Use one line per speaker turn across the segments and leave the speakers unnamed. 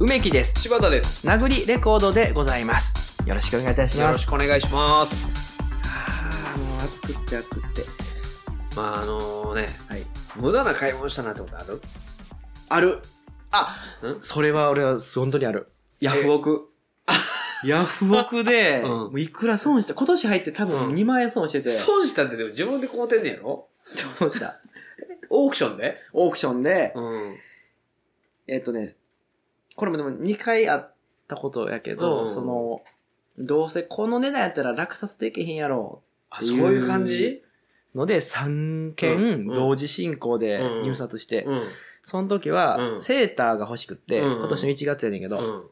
梅木です
柴田です。
殴りレコードでございますよろしくお願いいたし
よ
ま
ろし
す
くお願いします。
あーもう暑くって暑くって
まああのね、
はい
無駄な買い物したなってことある？
あるあ
ん
それは俺は本当にあるヤフオクヤフオクで、
うん
もういくら損した今年入って多分
うん
2万円損してて、
損したってでも自分で買うてんねやろ？
損した
オークションで？
オークションで、
うん。
えっとね、これもでも2回あったことやけ
う
ど、
ん
その、どうせこの値段やったら落札できへんやろ
あそういう感じ？
う。ので、3
うん
件同時進行で
うん
入札して、
うん。うん。
その時は
うん
セーターが欲しくって、
うん
今年の1月やねんけど、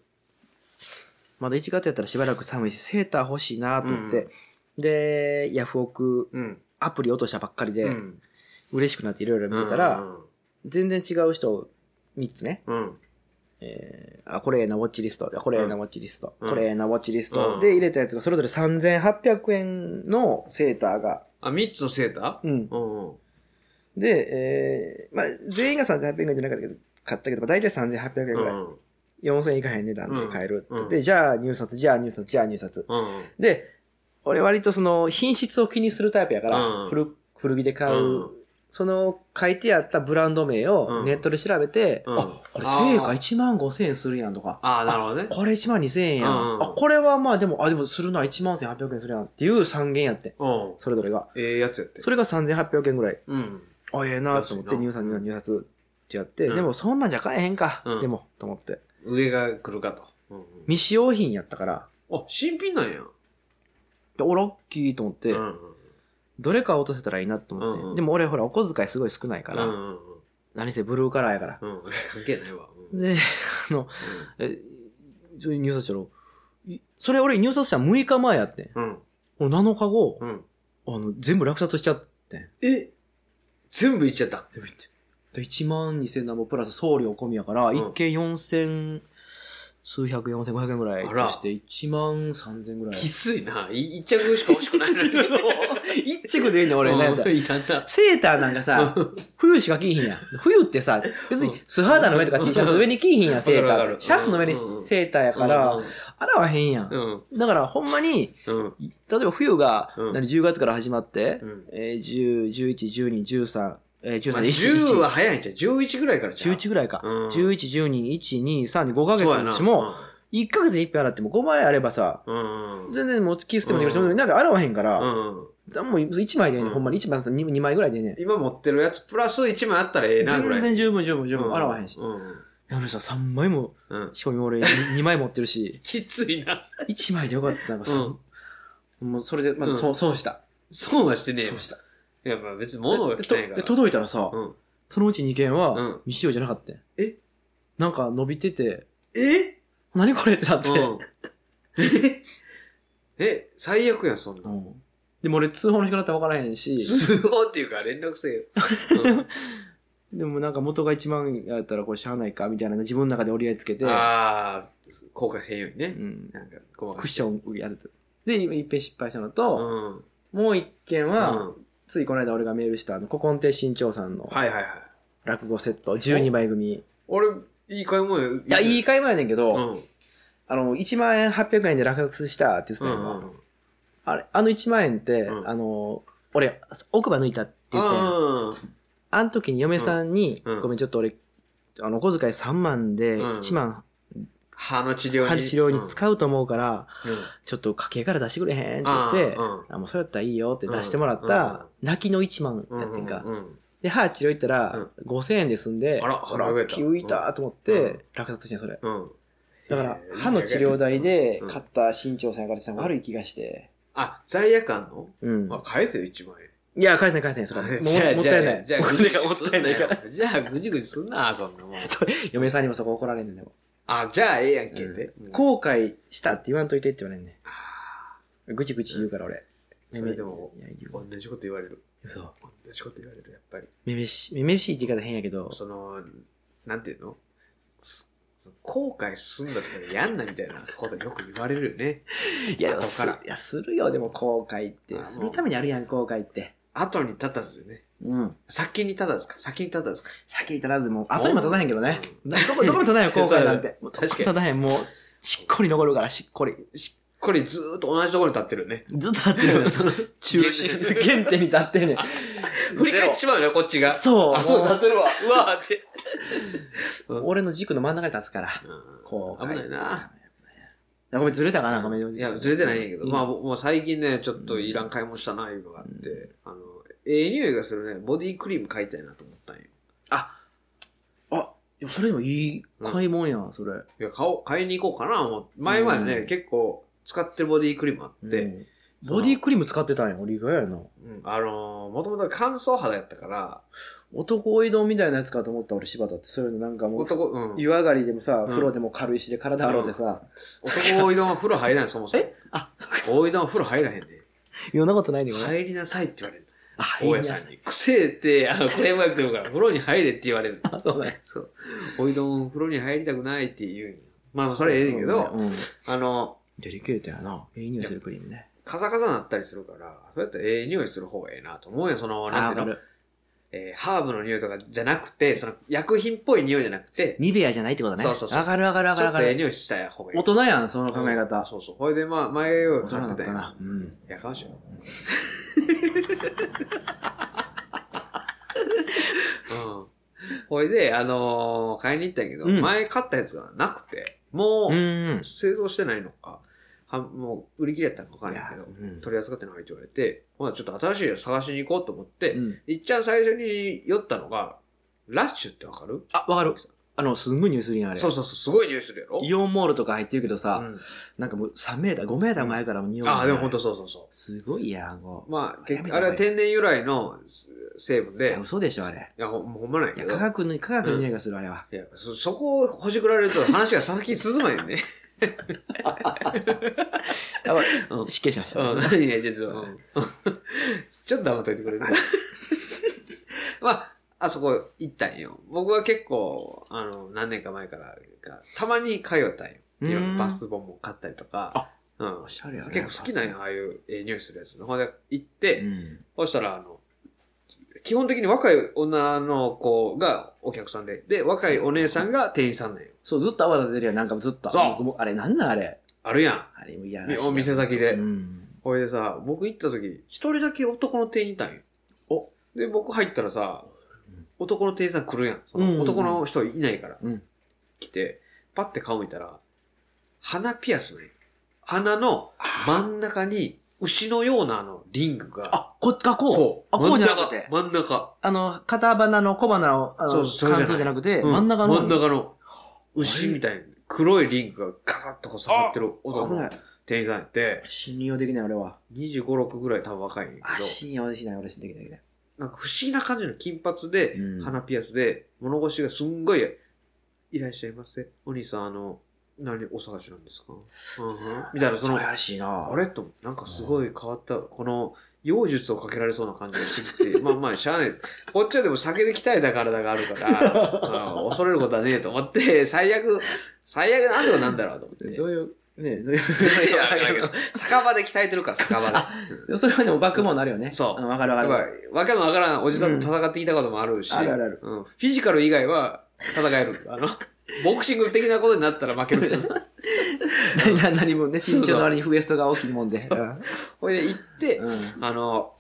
まだ1月やったらしばらく寒いし、セーター欲しいなと思って、で、ヤフオク
うん。
アプリ落としたばっかりで、
うん。
嬉しくなっていろいろ見てたら、
うん
全然違う人3つね、
うん。
えーあ、これええな、ウォッチリスト。これええな、ウォッチリスト。
うん
これええな、ウォッチリスト。
うん
で、入れたやつがそれぞれ3800円のセーターが。
あ三つのセーター？
うん。
うんうん。
で、えーまあ、全員が3800円じゃなかったけど、買ったけど、まあ、大体3800円ぐらい。
うん
4000円いかへん値段で買えるって言って、
う
じゃあ入札、じゃあ入札、じゃあ入札。
うん。
で、俺割とその品質を気にするタイプやから、
うん
古古着で買う、
うん
その書いてあったブランド名を
うん
ネットで調べて、
うん
あ、これ定価1万5000円するやんとか、
ああなるほどね。
これ1万2000円やん。
うん
あ、これはまあでも、あ、でもするな、1万1800円するやんっていう三元やって。
うん。
それぞれが。
ええやつやって。
それが3800円ぐらい。
うん。
あ、ええなと思って、
安いな
入札、入札、入札ってやって、
うん
でもそんなんじゃ買えへんか。
うん
でも、と思って。
上が来るかと。うんうん。
未使用品やったから、
あ新品なんや。
でお、ラッキーと思って、
うんうん。ど
どれか落とせたらいいなと思って。
うんうん
でも俺ほら、お小遣いすごい少ないから、
うんうんうん。
何せブルーカラーやから。
うん、関係ないわ。うん
で、あの、え、それ入札したら、いそれ俺入札した6日前やってん。
うん。
もう7日後、
うん。
あの、全部落札しちゃってん。
え全部いっちゃった。
全部言って。で、1万2000何本プラス送料込みやから、
ん
一件4000、数百、4500円ぐらい
あら
として、1万3000ぐらい。
きついな。い一着しか欲しくないのに。
一着でいいね、 俺。なんやったら
いらんな。
セーターなんかさ、冬しか着いひんやん。冬って さ、別に素肌の上とか
うん
T シャツの上に着いひんやん、セータ
わかるわか
ー。
る
シャツの上にセーターやから、洗わへんや。
うんん。
だからほんまに、
うん。
例えば冬が、
うん
何10月から始まって
う、ん。
えー10、11、12、13、えー、13
まあ
で
10は早いんちゃう ?11 ぐらいからちゃう。
11ぐらいか。
うん
11、12、1、2、3で5ヶ月
そう
の
や
う
な
ちも、1ヶ月に1杯洗っても5枚あればさ、
うん。うん。
全然もうキスでもできるし、
うん
なんで洗わへんから、
うん。
もう1枚でね、
うん
ほんまに1枚、2, 枚ぐらいでね、
今持ってるやつプラス1枚あったらええなぐらい。
全然十分十分十
う
分、洗わへんし。い
うん。
や、俺さ、3枚も、
うん。
しかも俺2 枚持ってるし、
きついな。
1枚でよかったからさ、もうそれで、まず、
うん
そう損した。
損はしてねえ
損した。
よ。やっぱ別に物が
で
来
と
ないから
で。届いたらさ、
うん。
そのうち2件
う
は
ん、
未使用じゃなかったよ
え
なんか伸びてて、
え
何これってなって、
うんええ、最悪やん、そんな
う。んでも俺通報の仕方って分からへんし、
通報っていう か連絡せえよ。
でもなんか元が1万やったらこれしゃあないかみたいな自分の中で折り合いつけて、
ああ、後悔せんように
う
ね。
ん、
なんか、ごま
クッ
かし
ションをやると。で、今いっぺん失敗したの
て。う
と、
ん。うん
もう一件は、
はい
ついこの間俺がメールしたあの古今亭新潮さんの
はいはい。
落語セット12枚組。い
俺、いい買い物よ。
や、いい
い。
買い前やねんけ
う
ど、
ん。
あの、1万円800円で落札したって言って
う
たの、
ん。
あれ、あの1万円って、
うん
あの、俺、奥歯抜いたって言ったやん
うん。
あの時に嫁さんに、
うんうん
ごめん、ちょっと俺、あの、お小遣い3万で、
うん
1万、
歯の治療に。
歯の治療に使うと思うから、
うん。うん
ちょっと家計から出してくれへんって言って、
うんうん
あもうそうやったらいいよって出してもらった、泣きの1万やってんか。
うんうん
で、歯治療行ったら、5000円で済んで、
あら
ほら、
歯が
浮
増えた
いたと思っ
うん
て、落札してんそれ。
うん。
だから
え、ー
歯の治療代で
うん
買った新潮さんからしたら悪い気がして。
あ、罪悪感の
うん
まあ、。返せよ、1万円。
いや、返せない返せない、それは。もうも
じゃあ
もったいない。
じゃあ、
俺がもったいないから。
ら。じゃあ、ぐじぐじすんな、そんなもん。
嫁さんにもそこ怒られんねんでも。
あ、じゃあ、ええやんけって。こ
後悔したって言わんといてって言われんね
うん。
ん。ぐちぐち言うから俺。
それでも
めめいや、言
同じこと言われる。
う。そう。
同じこと言われる、やっぱり。
めめしい、めめしいって言い方変やけど。
その、なんていうのす後悔すんだったらやんなみたいなことよく言われるよね。
いや、でも
後
す
から
いやするよ、でも後悔っ
あも
て。
う
するためにあるやん、後悔って。
後に立たずでね。
うん。
先にただですか先にただですか
先に立たず、もう、後にも立たへんけどね。
う
どこ、どこに立たへんよ、後悔なん て。
確かに
どこ立たへん、もう、しっこり残るから、しっこり。
しっかりずーっと同じところに立ってるよね。
ずっと立ってるよね。
その
中心、原点に立ってんねん。
振り返ってしまうよね、こっちが。
そう。
あ、そう、
もう
立ってるわ。うわーって。
俺の軸の真ん中に立つから。こう。
危ないな。
あごめん、ずれたかなごめん。
いや、ずれてないんやけど、
う
まあ、もう最近ね、ちょっといらん買い物したな、いうのがあって、あの、ええ匂いがするね、ボディクリーム買いたいなと思ったんよ。
あ、でもそれでもいい買い物やん、それ。
いや、買おう、買いに行こうかな、もう。前までね、
うん
結構使ってるボディクリームあって、
うん、
その
ボディクリーム使ってたんや、俺意外やな。
うんあのー、もともと乾燥肌やったから、
男追い丼みたいなやつかと思った俺柴田ってそういうのなんかもう
男、うん。
湯上がりでもさ
ん
風呂でも軽いしで体洗うてさ、
男おいどんは風呂入らない、そもそも。
あそっか
おいどんは風呂入らへんで。
言んなことないねんけどね
入りなさいって言われる。
あ
大家さんに。くせえって、あの、クレームが来てるから、風呂に入れって言われる。
あそうだね
そう。おいどん、風呂に入りたくないって言うんよまあ、それはええねんけど、
うん
あの、
デリケートやなええ匂いするクリームね
カサカサなったりするから、そうやってええ匂いする方がええなと思うよ、その、
あ
なん
わ
て
か
いうの、
る
えーハーブの匂いとかじゃなくて、その、薬品っぽい匂いじゃなくて、
ニベアじゃないってことね
そうそうそう
わかるわかるわか
ち
るわ
ょっ
か
とええ
る
匂いした方がいい。
大人やんその考え方
そうそう。ほいで、まあ、前を
大人
買っ
だ
て
ったた
よ。
なうん
いや、かもしれん。 うん。ほいで、あのー買いに行ったんやけど、
うん
前買ったやつがなくて、も
うん
う、
うん
製造してないのか、はもう売り切れやったのかわかん
い
ない
や
けど、
うん
取り扱ってないって言われて、ほなちょっと新しいやつ探しに行こうと思って、
うん
いっちゃん最初に寄ったのが、ラッシュってわかる
あわかるあのすんごい匂いするやんあれ
そうそうそう、すごい匂いするやろ
イオンモールとか入ってるけど
う
さ
ん
なんかもう3メーター5メーター前からも匂い
ああ、でもほんと
う
そうそうそ
すごいやんこ
う。まあ、結
やめ
局
た
あ
方が
れ
いい
は天然由来の成分
うい
で
や、嘘でしょあれ
いや、ほんほんまない
い
け
や、
ど。
科学の、科学の匂いがする、あれは。
いやそ、そこをほじくられると話が先に進まへん ね。
やばい
うん
失敬しました。
うん。いや、ちょっと、うん、ちょっと黙っといてくれる まあ、あそこ行ったんよ。僕は結構、あの、何年か前からか、たまに通ったんよ。
うん
いろんなバスボンも買ったりとか。うん
お。しゃれやね
結構好きなんよ、ああいうええ匂いするやつ。ほんで、行って、
うん。
そしたら、あの、基本的に若い女の子がお客さんで、で、若いお姉さんが店員さんなんよ。
そう、ずっと泡立てるやん、なんかずっと。
そう
僕も、あれ、なんなんあれ。
あるやん。
あれ、もうやらしい
み
やん。
お店先で。
うん。
ほいでさ、僕行った時、一人だけ男の店員いたんよ。
お
で、僕入ったらさ
うん、
男の店員さん来るやん。そ
うんうんう
の
ん
男の人いないから。
うん
来て、パッて顔見たら、鼻ピアスね。鼻の真ん中に牛のようなあのリングが。
あ、こっか、こう。
そう。
あ、こうじゃな
真ん
く
中
て。
真ん中。
あの、片花の小花を、あの、
そう
貫
そうじゃない
通じゃなくて、
うん
真ん中の。
真ん中の牛みたいな黒いリングがガサッとこう刺さってる男
危な
の
い。
店員さんやって、
信用できない、俺は。
25、6ぐらい多分若いんやけど。
あ、信用できない、俺信用できない。
なんか不思議な感じの金髪で、
うん
鼻ピアスで、物腰がすんごい、いらっしゃいませ。お兄さん、あの、何お探しなんですか、うんうんみたいな、その、
怪しいな
あれと思って、なんかすごい変わった、この、妖術をかけられそうな感じがしてきて、まあまあ、しゃあない。こっちはでも酒で鍛えた体があるから、うん恐れることはねえと思って、 最悪、最悪なんとかなんだろうと思って。
どういう、ねどう
いやわからんけ
い
ど
う。
酒場で鍛えてるから、酒場で。
でもそれはでもバックもなるよね。
そう
あのわかるわ
や
か
っ
る。
ぱ、わけのわからんおじさんと戦ってきたこともあるし、
うんあるあるある
うんフィジカル以外は戦える。あの、ボクシング的なことになったら負けるけど。
何何何もね、
そうそう
身長の割にウエストが大きいもんで。うん
ほいで行って、
うん。
あの、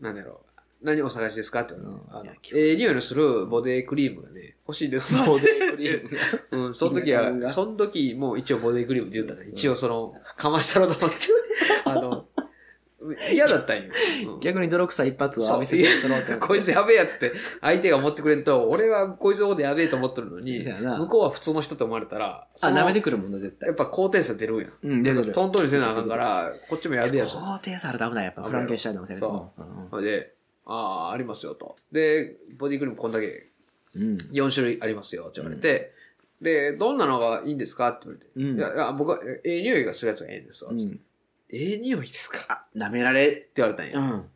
なんだろう、何お探しですかって言われ
う
て、
んい
あの
や、
ええ匂いのするボディクリームがね、欲しいです。
ボディクリーム。
ム。うん、その時
いいね
は、その時もう一応ボディクリームって言ったら、一応その、かましたろう と思って、あの、嫌だったんよ。うん
逆に泥臭い一発を浴びせてやろうと思って
こいつやべえやつって相手が思ってくれんと、俺はこいつのことやべえと思ってるのに
いやな、
向こうは普通の人と思われたら、
あ、
その
舐めてくるもんな、絶
や
対
っ。ぱ高低差出るやん。
うん、出る出る。
トントンにせなあかんから、こっちもやべえやつ。
高低差あると危ない、やっぱ。
危ない
フランケンシュタインのもせ
そ
うん
それで、ああ、ありますよと。で、ボディクリームこんだけ
うん。
4種類ありますよって言われて、で、どんなのがいいんですかって言われて、
うん
いやいや、僕はえええ匂いがするやつがええんですわ。
うん。
ええ匂いですか
舐められ
っ、て言われたんや。
ん。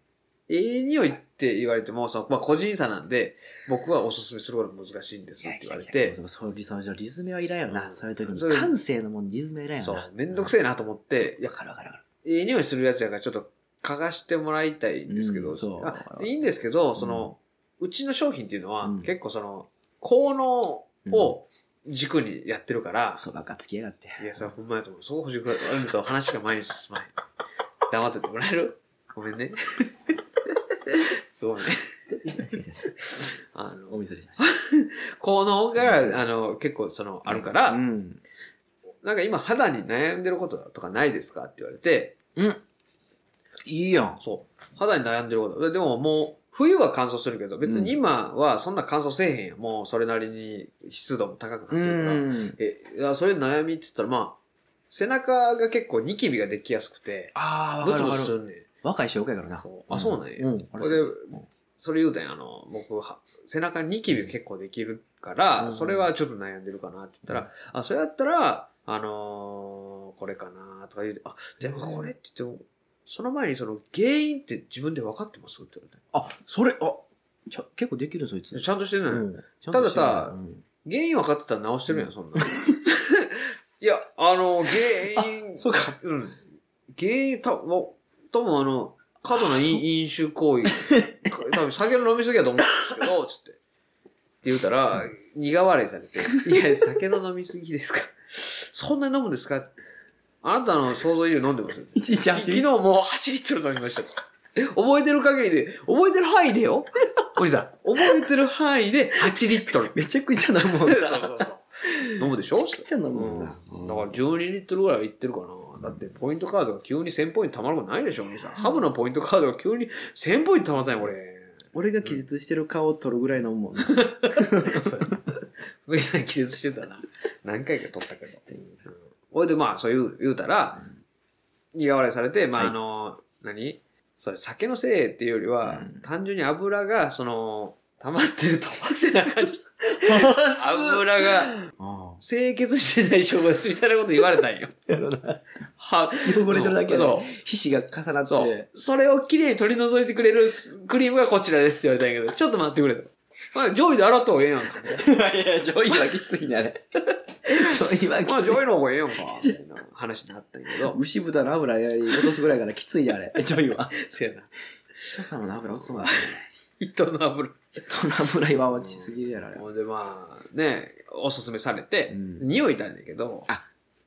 ええ匂いって言われても、その、まあ、個人差なんで、僕はおすすめすることは難しいんですって言われて、
そうそう、理想上、リズムはいらんよ
う
な。
ん
そういう時
そうい
に。
う
感性のもんにリズムはいらんよ
そ
な
う。、めんどくせえなと思って、
うん
いや
わ、かるわかるわか
ええ匂いするやつやからちょっと嗅がしてもらいたいんですけど、
うんそう
あいいんですけど、その、うちの商品っていうのは、
うん
結構その、効能を軸にやってるから、
嘘ばっかつきやがって。
いや、 それほんまやと思う。そう、藤倉あると話が前に進まない。黙っててもらえるごめんね。 ごめんね。
失礼しました
あ
お
の、
見せしまし
効能が、あの、結構その、
た。
あるから、
うん。
なんか今肌に悩んでることとかないですかって言われて、
うん。いいやん。
そう。肌に悩んでること。ででももう、冬は乾燥するけど、別に今はそんな乾燥せえへんやん。もうそれなりに湿度も高くなってるから。
ん。
え、いやそれ悩みって言ったら、まあ、背中が結構ニキビができやすくて、
ああ、
ブ
わか
ツ
る
ブ
わ
ツ
か
す
る。
んねん。
若い紹介からな
そう。あそうなんや
うん。あ
これでそれ言うたんやあの、僕は、背中にニキビが結構できるから、
うん
それはちょっと悩んでるかなって言ったら、あ、それやったら、あのーこれかなとか言うて、あ、でもこれって言っても、その前にその原因って自分で分かってますって言われ
あ、それ、あ、ちゃ結構できる、そいつ。
て。ちゃんとしてない、
うんちゃん
た
と
だ
してる
さ
うん
原因分かってたら直してるやん、そんな。いや、あの、原因、
そうか。
うん。原因、たもう、多分あの、過度な飲飲酒行為、 か多分酒の飲みすぎやと思うんですけど、つって。って言うたら、苦笑いされて、いや、酒の飲みすぎですかそんなに飲むんですかあなたの想像以上に飲んでますよ。
一日
昨
走
日
り
もう8リットル飲みましたっつって。覚えてる限りで、覚えてる範囲でよ。おじさん、覚えてる範囲で8リットル。
めちゃくちゃなもん
そう
な。
そうそう。飲むでしょ
めちゃくちゃなもんな。
うんだから12リットルぐらいはいってるかな。だってポイントカードが急に1000ポイント貯まることないでしょ、兄さん。ハブのポイントカードが急に1000ポイント貯まったんや、これ。
俺が気絶してる顔を撮るぐらいのもんな。
上さん気絶してたな。何回か取ったけど。ほいで、まあ、そう言う、言うたら、苦笑いされて、まあ、
はい
あの、何それ、酒のせいっていうよりは、
うん
単純に油が、その、溜まってると、背中 に。
あ
油が
あ
清潔してない証拠です、みたいなこと言われたんよ。
やろな
は、
汚れてるだけで
そう。
皮脂が重なっ
そう。
て。
それを綺麗に取り除いてくれるスクリームがこちらですって言われたんや けど、ちょっと待ってくれと。まあ、上位で洗った方がええやんか。
いやいや、ジョイはきついね、あれ。ジョイはきつい。
まあ、上位の方がええやんか。みたいな話になったんやけ ど。
牛豚の油やり落とすぐらいからきついね、あれ。ジョイは。
せやな。
人様の油落とすのは。
糸の油。
人の油は落ちすぎるやろ、あれ。
ほんでまあ、ね、おすすめされて、
うん
匂いたんだけど。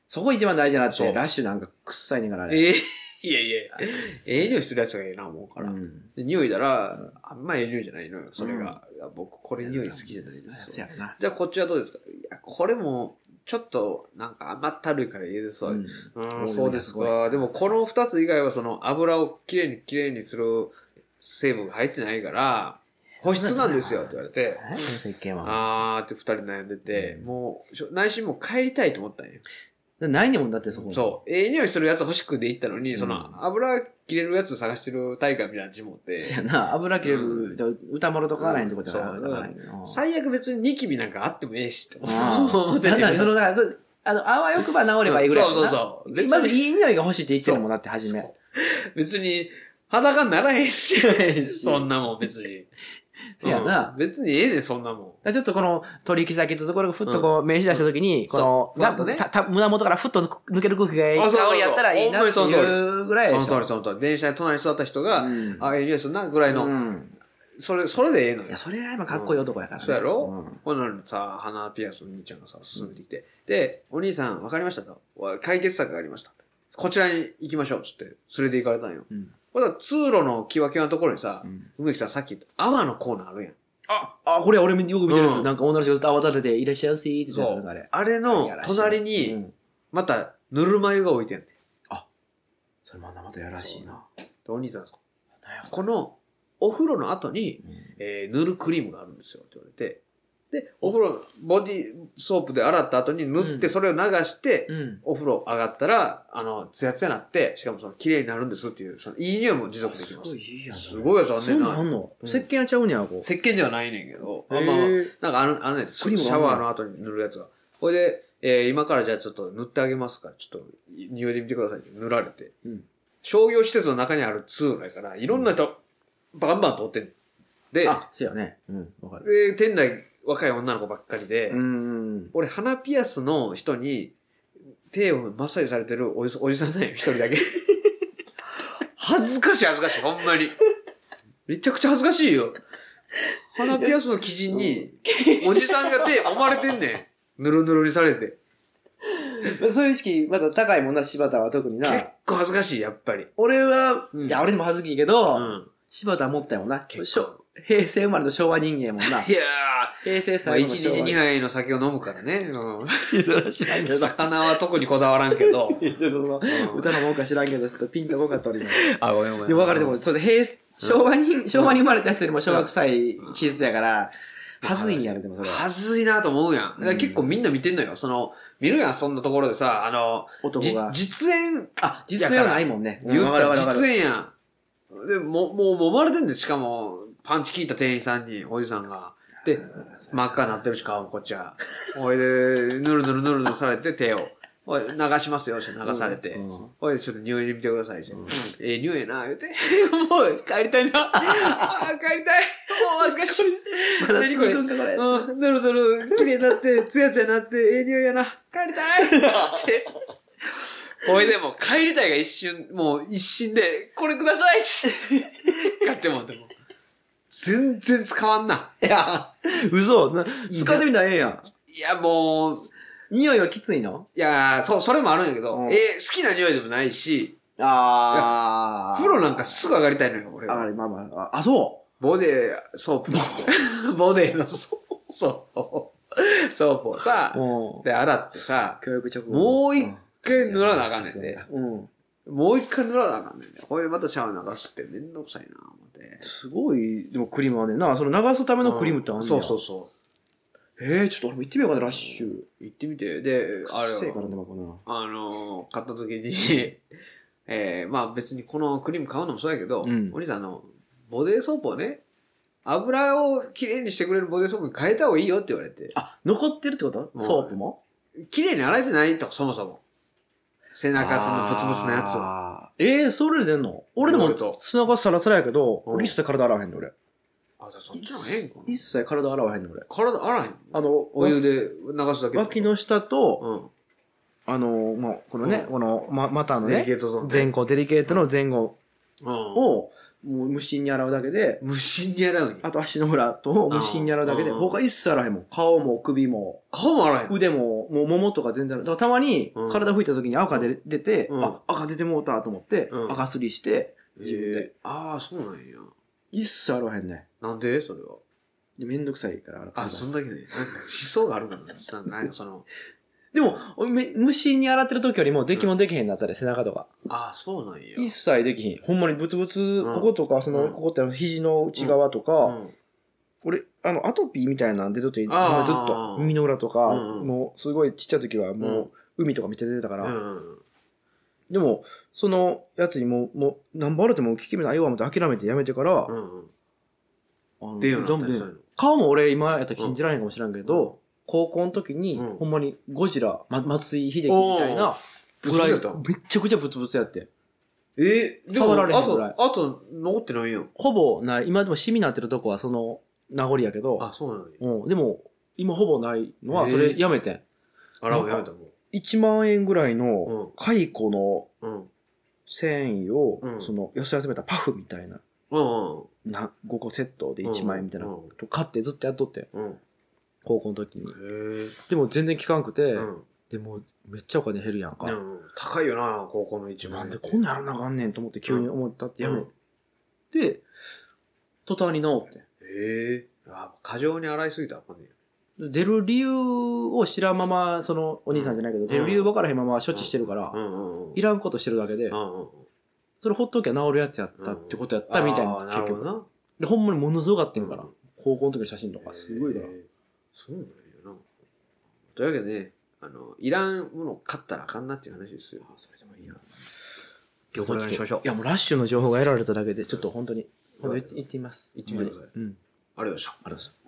そこ一番大事なっ
そ
て、
う
ラッシュなんか臭いねんから、あれ。
ええ いやいや、ええ匂いするやつがええな、思うから。
うん
で匂いだら、あんまええ匂いじゃないのよ、それが。いや僕、これ匂い好きじゃないですよ
そ。やろな。
じゃあこっちはどうですかいや、これも、ちょっと、なんか甘ったるいから嫌ですわ。
うん
う、
うんん
そうです
俺
か。でも、この二つ以外は、その、油をきれいにきれいにする成分が入ってないから、保湿なんですよ、って言われて。
何その設計は。
あーって二人悩んでて、
うん
もう、しょ内心もう帰りたいと思ったんよ。
ないねんもんだってそこに。
そう。ええ匂いするやつ欲しくで行ったのに、
うん
その、油切れるやつ探してる大会みたいな字持って、
せやな、油切れる、歌丸とかがないとこじゃなんい。
うそう
だからないけど
最悪別にニキビなんかあってもええし、って
ああ
思って
な
て
んなんそのだからそあの、あわよくば治ればいいぐらいや
うん
な。
そうそうそう。別に
まずいい匂いが欲しいって言ってるもんだって、初め。
別に、裸にならへ んし、そんなもん別に。
せやな。
うん別にええねん、そんなも
だからちょっとこの取引先とところがふっとこう名刺出したときに、この、
そう
な
なんとね
たた胸元からふっと抜ける空気がいい
あそうそうそう
香りやったらいいなっていうぐら
ん。
いで
その
し
通
ょ。
り、その通り。電車で隣に座った人が、
うん
あ、ええ匂いするな、ぐらいの。
うん
それ、それでええの
い
よ
や、。それが今かっこいい男やからね。
そうやろ、
ん
ほんならさ、鼻ピアスの兄ちゃんがさ、進めてきて、で、お兄さん、わかりましたと。わ解決策がありました。こちらに行きましょう、つって、連れて行かれたんよ。
うん
ほんなら通路のキワキワのところにさ
う、ん
梅木さんさっき言った、泡のコーナーあるやん。
あ、あ、これ俺よく見てるやつ。
うん
なんか女の人がずっと泡立てて、いらっしゃいませーって言ってたやつなんかあれ。
あれの
いやらしい
隣
う
に、
ん
また、ぬるま湯が置いてんねん。
それまだまだやらしいな。
でお兄さん、
なんやこ
このお風呂の後に、
れ
えー塗るクリームがあるんですよって言われて、で、お風呂、ボディソープで洗った後に塗っ
う
て、
ん
それを流して、
うん。
お風呂上がったら、あの、ツヤツヤなって、しかもその、綺麗になるんですっていう、その、いい匂いも持続でき
す
ま
ごい
す。
いいやん。
すごいやつあんね
そ
ん
ん
な
なんあんの
うん
石鹸やっちゃうねや、こ
石鹸ではないねんけど、
う。
まあまあまあ
へー
なんかあの、あのね、シ
クリーム
ャワーの後に塗るやつが。これで、えー今からじゃあちょっと塗ってあげますから、ちょっと、匂いでみてくださいって塗られて。
うん
商業施設の中にある通路やから、いろんな人、バンバン通ってんねんで、
あ、そうやね。うん、わかる。
で、店内若い女の子ばっかりで、
うん。
俺、鼻ピアスの人 に手をマッサージされてるおじおじさんだよ、一人だけ。恥ずかしい恥ずかしい、ほんまに。めちゃくちゃ恥ずかしいよ。鼻ピアスの生地に、おじさんが手揉まれてんねん。ぬるぬるにされて。
そういう意識、まだ高いもんな、柴田は特にな。
結構恥ずかしい、やっぱり。
俺は、
うん
いや、俺にも恥ずきいけ
う
ど、
ん。
柴田は持ったよな。
結構。
しょ平成生まれの昭和人間やもんな
いや
平成
ー、まあ、
最
1
後の
日
昭和。
2杯の酒を飲むからね。うん
日 知らんけど。
魚は特にこだわらんけど。
いやちょっとその歌のもんか知らんけど、ちょっとピンとこんかった俺今。
あ、ごめんごめん。
でも分かるでも、それで平成、昭和に、昭和に生まれた人よりも小学生気質やから、
うん
はずいんやろ、でもそれは。
はずいなと思うやん。だから結構みんな見てんのよ。その、見るやん、そんなところでさ、あの、
男
じ
が。
実演、あ、
実際はないいもんね。
言ったら実
演。
演やん。で、も、もう揉まれてんで、しかも、パンチ効いた店員さんに、おじさんが。で、真っ赤になってるし、顔もこっ ちは。おいで、ぬるぬるぬるぬるされて、手を。おい、流しますよ、して流されて。
うんうん
おい、ちょっと匂いに見てください、してええ匂いやな、言うて。 もう、帰りたいな。 あー帰りたい。もう、恥ずかしい。
まだ続くんか、これ。
うん、ぬるぬる、綺麗になって、つやつやになって、ええ匂いやな、帰りたいって。おいでも、帰りたいが一瞬、もう一瞬で、これくださいって。買ってもっても。全然使わんな。
いや、嘘。な使ってみたらええやん。
いや、もう、
匂いはきついの
いや、そう、それもあるんやけど、
うん
えー好きな匂いでもないし、
あ
風呂なんかすぐ上がりたいのよ、俺
上が
は。
る、まあまあ。あ、そ
ボデー、ソー プ。ボデーのソソープ。ソープをさ
う。、うん。
で、洗ってさ、
教育直後。
もう一回塗らなあかんねんで。
うん。
もう一回塗らなあかんねんね。これまたシャワー流すってめんどくさいな、思って。
すごい、でもクリームはねんな。その流すためのクリームってあんねん。
そうそうそ
えー、ちょっと俺も行ってみようかな、ラッシュ。
う。行ってみて。で、あれ
くっせえから
は、
ね、まこな。
あのー買った時に、 えー、まあ別にこのクリーム買うのもそうやけど、
うん
お兄さんあの、ボデーソープをね、油をきれいにしてくれるボデーソープに変えた方がいいよって言われて。
あ、残ってるってこと
うん
ソープも
きれいに洗えてないと、そもそも。背中、そのブツブツのやつを。
は。えー、それで出んの俺で
なると
も、背中サラサラやけど、
うん
俺一切体洗わへんの俺。
あ、じゃあそっちの方がええんかな
一切体洗わへんの俺。
体洗えへん。
あの、
お湯で流すだけ。
脇の下と、
うん。
あの、まあ、このね、
う
この、ま、股の
デリケ
ね、
ートゾーンね。
前後、デリケートの前後
うん。
を、もう無心に洗うだけで、
無心に洗うんや。
あと足の裏と無心に洗うだけで、
うん
他一切洗わへんもん。顔も首も、
顔も洗えんの
腕も、もう桃とか全然洗うだからたまに
うん
体拭いた時に赤で出て、
うん
あ、赤出てもうたと思って、
うん
赤すりして、自分で。
ああ、そうなんや。
一切洗わへんね。
なんでそれは。
でめんどくさいから洗う
あ、そんだけね。なんか思想があるからな。さなんかそ の、
でも、おめ無心に洗ってる時よりも、できもできへんなったで、背中とか。
ああ、そうなんや。
一切できひん。ほんまにブツブツ、
ん
こことか、その、
うん
ここってあの肘の内側とか、
うん
俺、あの、アトピーみたいなんで、ちょっと、ほん
あー
まにずっと、耳の裏とか、
うんうん
もう、すごいちっちゃい時は、もう、海とかめっちゃ出てたから、
うん。
でも、そのやつにもう、もう、何本あるってもう効き目ないわ、思って諦めてやめてから、
う
あ
ん。
の
出るよう
ど
に
んど
なったり
ん
する
顔も俺、今やったら信じられへんかもしれんけど、
うん
高校の時に、
うん
ほんまにゴジラ、ま、松井秀喜みたいな、
の。
ぐらい、
や
め
った
っちゃくちゃブツブツやって。
えー、でも、
触られへ
あ
んぐらい
と、あと、残ってないよ。
ほぼない、今でもシミになってるとこはその名残やけど、
あ、そうなんや。
うん、でも、今ほぼないの
へ
は、
え
それやめてん。
洗うのやめたも
1万円ぐらい
うん
の、蚕の
う。うん。
繊維を、
うん
その、寄せ集めたパフみたいな、
うんうん。
な5個セットで1万円みたいな、
う
と
んうん
買ってずっとやっとってん、
うん。
高校の時に。
へ
でも全然効かんくて、
え。うん。
でもうめっちゃお金減るやんか。
うん高いよな、高校の一番。
なんでこんなんやらなあかんねんと思って急に思ったってやめて、途端に治って。
へえ。あ、過剰に洗いすぎたらあかんねや
出る理由を知らんまま、そのお兄さんじゃないけど、
うん
出る理由分からへんまま処置してるから
う、んうんうん。
いらんことしてるだけで
う、んうんうん。
それほっときゃ治るやつやったってことやったみたい
あ
な
ー、な
結
るほ
局。
どな。
で、ほんまにものすごかったんから
うん、
高校の時の写真とか、すごいから
へ。ーそうなんやな。というわけでね、あの、いらんものを買ったらあかんなっていう話ですよ。それでもいいな。今日これにしましょう。
いや、もうラッシュの情報が得られただけで、ちょっと本当に、
うん
本当に行ってみます。
行ってみてください
うん。
ありがとうございました。
ありがとうございます。